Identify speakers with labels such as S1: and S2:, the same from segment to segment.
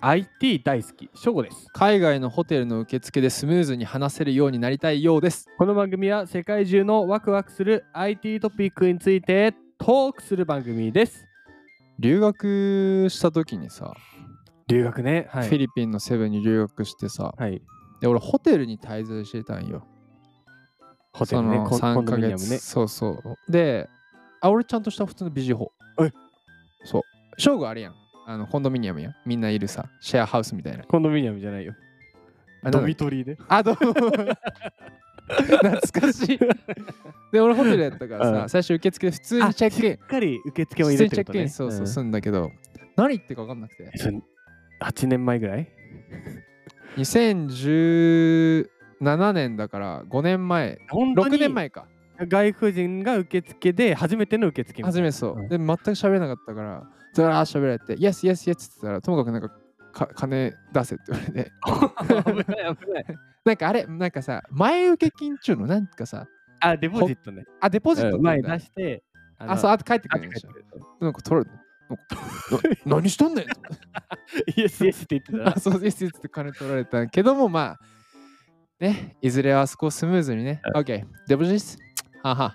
S1: IT 大好き、ショゴです。
S2: 海外のホテルの受付でスムーズに話せるようになりたいようです。
S1: この番組は世界中のワクワクする IT トピックについてトークする番組です。
S2: 留学した時にさ、
S1: 留学ね。は
S2: フィリピンのセブンに留学してさ、
S1: はい。
S2: で俺ホテルに滞在してたんよ。
S1: ホテ
S2: そ
S1: ルね、
S2: の
S1: コンコ
S2: 3
S1: ンド
S2: ヶ
S1: ミニアム
S2: 月、
S1: ね。
S2: そうそう。で、あ、俺ちゃんとした普通のビジホ。
S1: え
S2: そう。正午あれやん。あのコンドミニアムやん。みんないるさ、シェアハウスみたいな。
S1: コンドミニアムじゃないよ。
S2: あ
S1: ドミトリーね。
S2: あ、どうも。 懐かしい。で、俺ホテルやったから
S1: う
S2: さ、
S1: ん
S2: 最初受付で普通にチェックイン
S1: し。っかり受付を入
S2: 普通
S1: れ
S2: に
S1: て
S2: チ
S1: る
S2: ェッ
S1: と
S2: クイ
S1: ね。
S2: ンそうそううんするんだけど、何言ってるか分かんなくて
S1: それ8年前ぐらい
S2: 2017年だから5年前
S1: 本当に
S2: 6年前か
S1: 外国人が受付で初めての受付みたい
S2: 初めてそう、
S1: うん
S2: で全く喋れなかったからずらー喋られて「イエスイエスイエス」って言ったらともかくなんかか金出せって言われて
S1: 危ない危ない
S2: なんかあれなんかさ前受け金中のなんかさ
S1: あデポジットね
S2: あデポジッ
S1: う
S2: ト
S1: ん
S2: 取
S1: 前
S2: るんだ
S1: 出して
S2: あそう
S1: あ
S2: あと帰ってく
S1: っ
S2: るんでしょ
S1: る
S2: なんか取るなんかな何しとんねんと思って
S1: イエスイエスって言って
S2: あ そうですよつって金取られたけどもまあねいずれはあそこをスムーズにね OK デブジスはは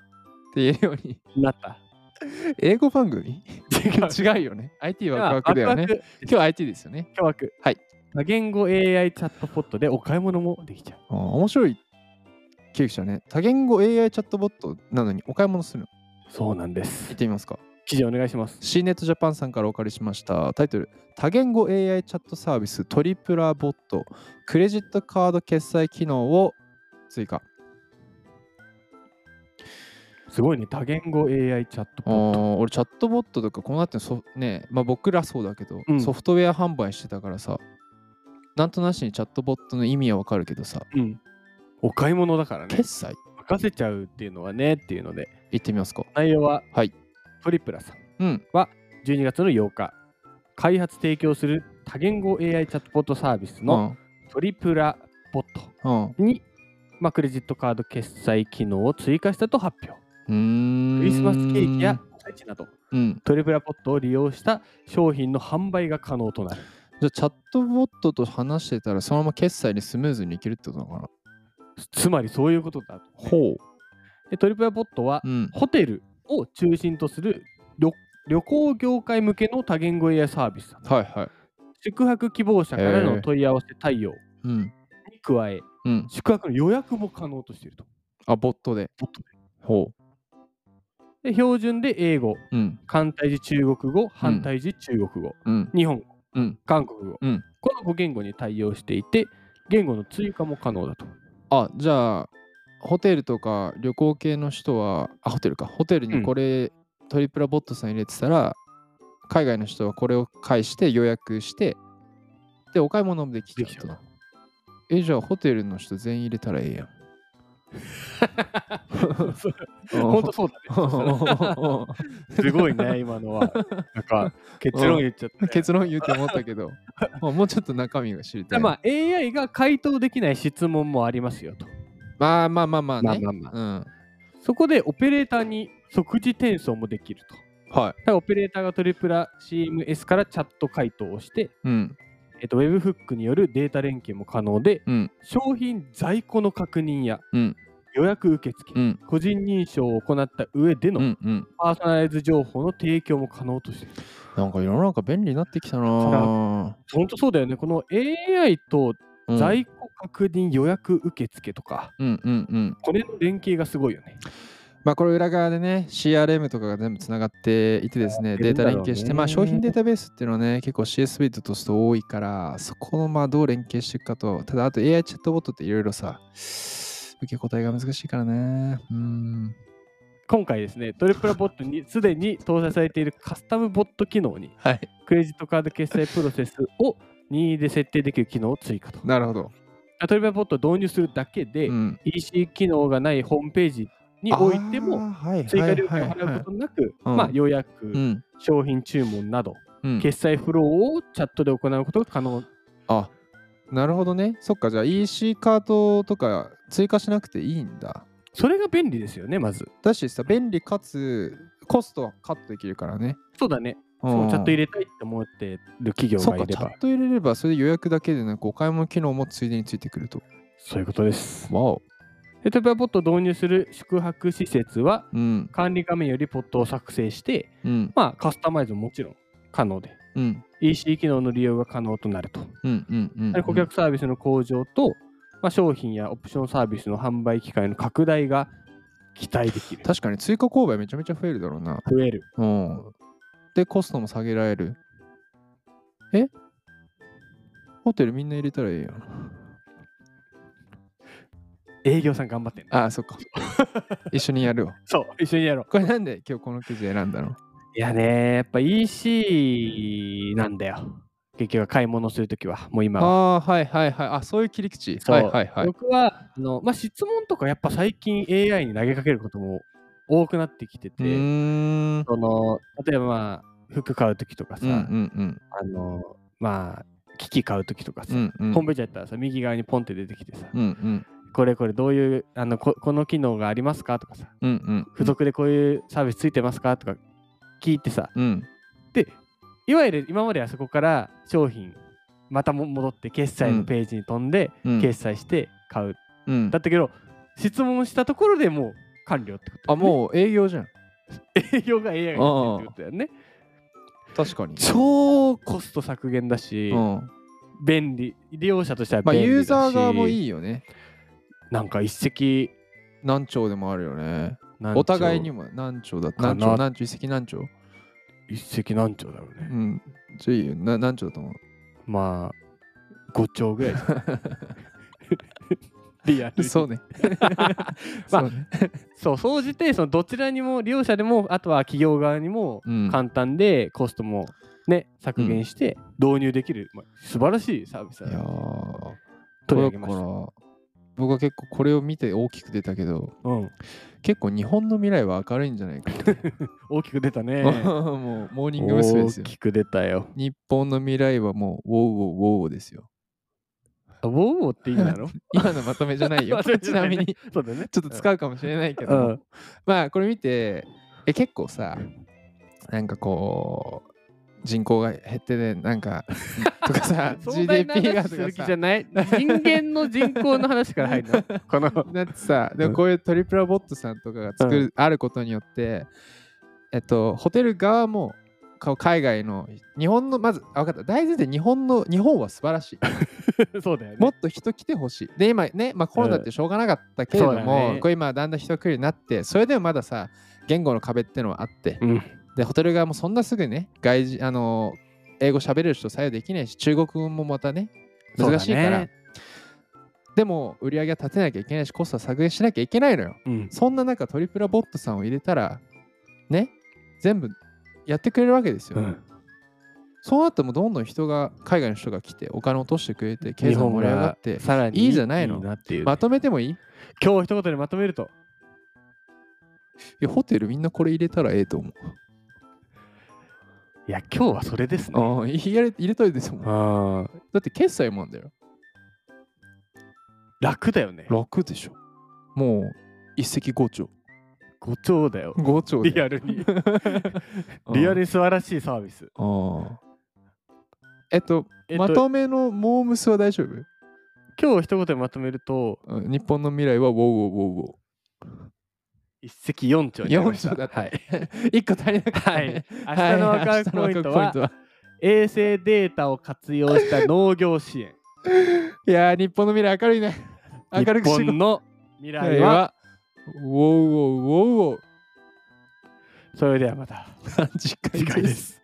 S2: っていうように
S1: た。なった。
S2: 英語番組
S1: 違う。
S2: 違うよね IT ワクワクだよね
S1: ワクワク。
S2: 今日は IT ですよね
S1: ワクワク
S2: はい。
S1: 言語 AI チャットポットでお買い物もできちゃう。
S2: あー面白い経営者ね多言語 AI チャットボットなのにお買い物するの
S1: そうなんで
S2: 行
S1: す
S2: っ。てみますか
S1: 記事お願いします。
S2: C ネットジャパンさんからお借りしましたタイトル多言語 AI チャットサービストリプラボットクレジットカード決済機能を追加
S1: すごいね。多言語 AI チャット
S2: あ
S1: ポット。
S2: ー俺チャットボットとかこうなってソフねまあ僕らそうだけど、
S1: うん
S2: ソフトウェア販売してたからさなんとなしにチャットボットの意味はわかるけどさ
S1: うん。お買い物だからね。
S2: 決済
S1: 任せちゃうっていうのはねっていうので。
S2: 行ってみますか
S1: 内容は、
S2: はい、
S1: トリプラさん。
S2: うん
S1: 12月の8日。開発提供する多言語 AI チャットポットサービスのトリプラボット
S2: うん
S1: に、まあ、クレジットカード決済機能を追加したと発表。
S2: うんうーん
S1: クリスマスケーキやおせちなど
S2: うん
S1: トリプラポットを利用した商品の販売が可能となる。
S2: じゃあチャットボットと話してたらそのまま決済にスムーズにいけるってことなのかな
S1: つまりそういうことだと。
S2: ほ
S1: でトリプラポットは
S2: ううん
S1: ホテルを中心とする旅旅行業界向けの多言語 AI サービスだ
S2: はいはい
S1: 宿泊希望者から
S2: へえ
S1: の問い合わせ対応に
S2: うん
S1: 加え、
S2: うん
S1: 宿泊の予約も可能としていると。
S2: あボットで
S1: ボット
S2: ほ
S1: で標準で英語、
S2: ううん
S1: 簡体字中国語、反対字中国語、
S2: うん
S1: 日本語、
S2: うん
S1: 韓国語、
S2: うん
S1: この5言語に対応していて、言語の追加も可能だ と。
S2: あじゃあホテルとか旅行系の人はあホテルかホテル
S1: う
S2: に
S1: ん
S2: これ、トリプラボットさん入れてたら海外の人はこれを介して予約してでお買い物もできちゃうと
S1: できちゃ
S2: えじゃあホテルの人全員入れたらええやん
S1: 本当そうだね。
S2: 当
S1: すごいね、 今のは。なんか、結論言っちゃったね、
S2: 結論言うて思ったけどまあもうちょっと中身が知りた
S1: で
S2: い、
S1: まあ、AI が回答できない質問もありますよと。
S2: まあまあまあまあね、
S1: まあまあまあ
S2: うん
S1: そこでオペレーターに即時転送もできると。
S2: は
S1: だ
S2: い
S1: からオペレーターがトリプラ CMS からチャット回答をして、
S2: うん
S1: えっと、Webhook によるデータ連携も可能で、
S2: うん
S1: 商品在庫の確認や
S2: うん
S1: 予約受付、
S2: うん
S1: 個人認証を行った上で
S2: う
S1: の
S2: んうん
S1: パーソナライズ情報の提供も可能としている。
S2: なんか世の中便利になってきたなぁ
S1: 本当そうだよね。この AI と
S2: うん
S1: 在庫確認予約受付とか、
S2: うんうんうん
S1: これの連携がすごいよね。
S2: まあこれ裏側でね CRM とかが全部つながっていてですね
S1: やって
S2: デ
S1: るん
S2: ー
S1: だ
S2: タ
S1: ろうね
S2: 連携してまあ商品データベースっていうのはね結構 CSV ととして多いからそこのまあどう連携していくかとただあと AI チャットボットっていろいろさ受け答えが難しいからねうん
S1: 今回ですね、トリプラボットにすでに搭載されているカスタムボット機能に
S2: はい
S1: クレジットカード決済プロセスを任意で設定できる機能を追加と。
S2: なるほど
S1: トリプラボットを導入するだけで、
S2: うん
S1: EC 機能がないホームページにおいても
S2: あーはい
S1: 追加料金を
S2: はいはい
S1: 払
S2: は
S1: う
S2: い
S1: ことなく、
S2: うん
S1: まあ、予約、
S2: うん
S1: 商品注文など、
S2: うん
S1: 決済フローをチャットで行うことが可能。
S2: あなるほどねそっかじゃあ EC カードとか追加しなくていいんだ
S1: それが便利ですよね、まず。
S2: だしさ便利かつコストはカットできるからね。
S1: そうだね。
S2: う
S1: そ
S2: ん
S1: うチャット入れたいって思ってる企業
S2: そ
S1: が
S2: っ
S1: い
S2: か、
S1: れ
S2: チャ
S1: ば
S2: ッ。ト入れれば、それで予約だけでなく、お買い物機能もついでについてくると。
S1: そういうことです。
S2: わお。
S1: で、トゥペアポットを導入する宿泊施設は、
S2: うん、
S1: 管理画面よりポットを作成して、
S2: うん、
S1: まあ、カスタマイズももちろん可能で、
S2: うん、
S1: EC 機能の利用が可能となると。
S2: うん、うん、うん。
S1: で顧客サービスの向上と、まあ、商品やオプションサービスの販売機会の拡大が期待できる。
S2: 確かに追加購買めちゃめちゃ増えるだろうな。
S1: 増える。
S2: うん。で、コストも下げられる。えホテルみんな入れたらいいよ。
S1: 営業さん頑張ってんな
S2: ああ、そっか。 一緒にやるわ。
S1: そう、一緒にやろう。
S2: これなんで今日この記事選んだの
S1: いやね、やっぱ EC なんだよ。結局は買い物するときは、もう今は。
S2: ああー、はいはいはい。あそういう切り口。
S1: そう
S2: はいはいはい。
S1: 僕はあの、まあ、質問とかやっぱ最近 AI に投げかけることも多くなってきて
S2: う
S1: て、
S2: ーん。
S1: その例えば、まあ、服買うときとかさ、
S2: うんうんうん
S1: あのまあ、機器買うときとかさ、
S2: うんうん
S1: ホームページやったらさ右側にポンって出てきてさ、
S2: うんうん
S1: これこれどういうあのここの機能がありますかとかさ
S2: うんうん
S1: 付属でこういうサービスついてますかとか聞いてさ
S2: うん
S1: でいわゆる今まではそこから商品またも戻って決済のページに飛んで、
S2: うん
S1: 決済して買う
S2: うん
S1: だったけど質問したところでもう完了ってこと
S2: あ
S1: だよね、
S2: もう営業じゃん
S1: う営業が AI がやってるってことだよね
S2: 確かに
S1: 超コスト削減だし、
S2: うん
S1: 便利利用者としては
S2: まあ
S1: 便利だし、
S2: ユーザー側もい
S1: い
S2: いよね
S1: なんか一石
S2: 何兆でもあるよね
S1: 何鳥
S2: お互いにも何兆だ
S1: かな
S2: 何兆何兆一石何兆
S1: 一石何鳥だろう
S2: う
S1: ね、
S2: んじゃあいいよな何兆だと思う
S1: まあ5兆ぐらいですねリアルに
S2: そうね
S1: まあ
S2: そうね
S1: そう総じてそのどちらにも利用者でもあとは企業側にも
S2: うん
S1: 簡単でコストもね削減して導入できる、まあ、素晴らしいサービスだ
S2: いや
S1: な
S2: ー
S1: 取り上
S2: だ
S1: げま
S2: か
S1: し
S2: ら
S1: た、
S2: 僕は結構これを見て大きく出たけど
S1: うん、
S2: 結構日本の未来は明るいんじゃないか って
S1: 大きく出た ね
S2: もうモーニング娘。ですよ
S1: 大きく出たよ
S2: 日本の未来はもうウォーウォーウォーウォーですよ
S1: ウォーウォーっていいんだろ
S2: 今の まとめじゃないよ
S1: まとめ。じ
S2: ち
S1: ゃな
S2: ない
S1: ね
S2: みに、
S1: そうだね
S2: ちょっと使うかもしれないけど、
S1: うん
S2: まあこれ見て、え結構さ、なんかこう、人口が減ってね、なんか、とかさ、
S1: 壮大な
S2: GDP が
S1: 話
S2: と
S1: する気
S2: か
S1: じゃ
S2: さ、
S1: ない人間の人口の話から入る のこの
S2: だってさ、でもこういうトリプラボットさんとかが作る、あることによって、えっと、ホテル側も、か海外の日本のまずあ分かった大前提日本の日本は素晴らしい
S1: そうだよね
S2: もっと人来てほしいで今ね、まあ、コロナってしょうがなかったけれど
S1: うんそう
S2: も、
S1: だね
S2: これ今だんだん人来るようになってそれでもまださ言語の壁ってのはあって、
S1: うん
S2: でホテル側もそんなすぐね外人あの英語喋れる人採用できないし中国語もまたね
S1: そうだね
S2: 難しいから、でも売り上げは立てなきゃいけないしコストは削減しなきゃいけないのよ
S1: うん
S2: そんな中トリプラボットさんを入れたらね全部やってくれるわけですよ、
S1: うん
S2: そうなってもうどんどん人が海外の人が来てお金を落としてくれて経
S1: 日
S2: 済も
S1: 本
S2: 盛り上が
S1: が
S2: って
S1: さらに
S2: いいじゃないの
S1: なっていう
S2: まとめてもいいい
S1: 今日一言でまとめると
S2: やホテルみんなこれ入れたらええと思
S1: いや今日はそれですね
S2: う。ああ、入れ入れといてですもん。だ
S1: あー
S2: って決済もあんだよ。
S1: 楽だよね
S2: 楽でしょ。もう一石五鳥。
S1: 5兆だよ
S2: 五鳥
S1: リ
S2: だよ。
S1: アル にリアル
S2: ル。
S1: に素晴らしいサービス
S2: ああ。えっと、
S1: えっと
S2: まとめのモームスは大丈夫
S1: 今日一言でまとめると
S2: うん日本の未来はウォーウォーウォーウ
S1: 一石四鳥になりました
S2: 四鳥だった
S1: はい
S2: ォー。 一個足りなかった
S1: は
S2: ね
S1: い。明日のワクワクポイントは
S2: 明日のワクワクポイントは
S1: 衛星データを活用した農業支援
S2: いやー、日本の未来明るいね。明るくし
S1: 日
S2: て
S1: 本の未来
S2: い
S1: は
S2: は。ウォーウォーウォーウォー。
S1: それではまた
S2: 次
S1: 次回です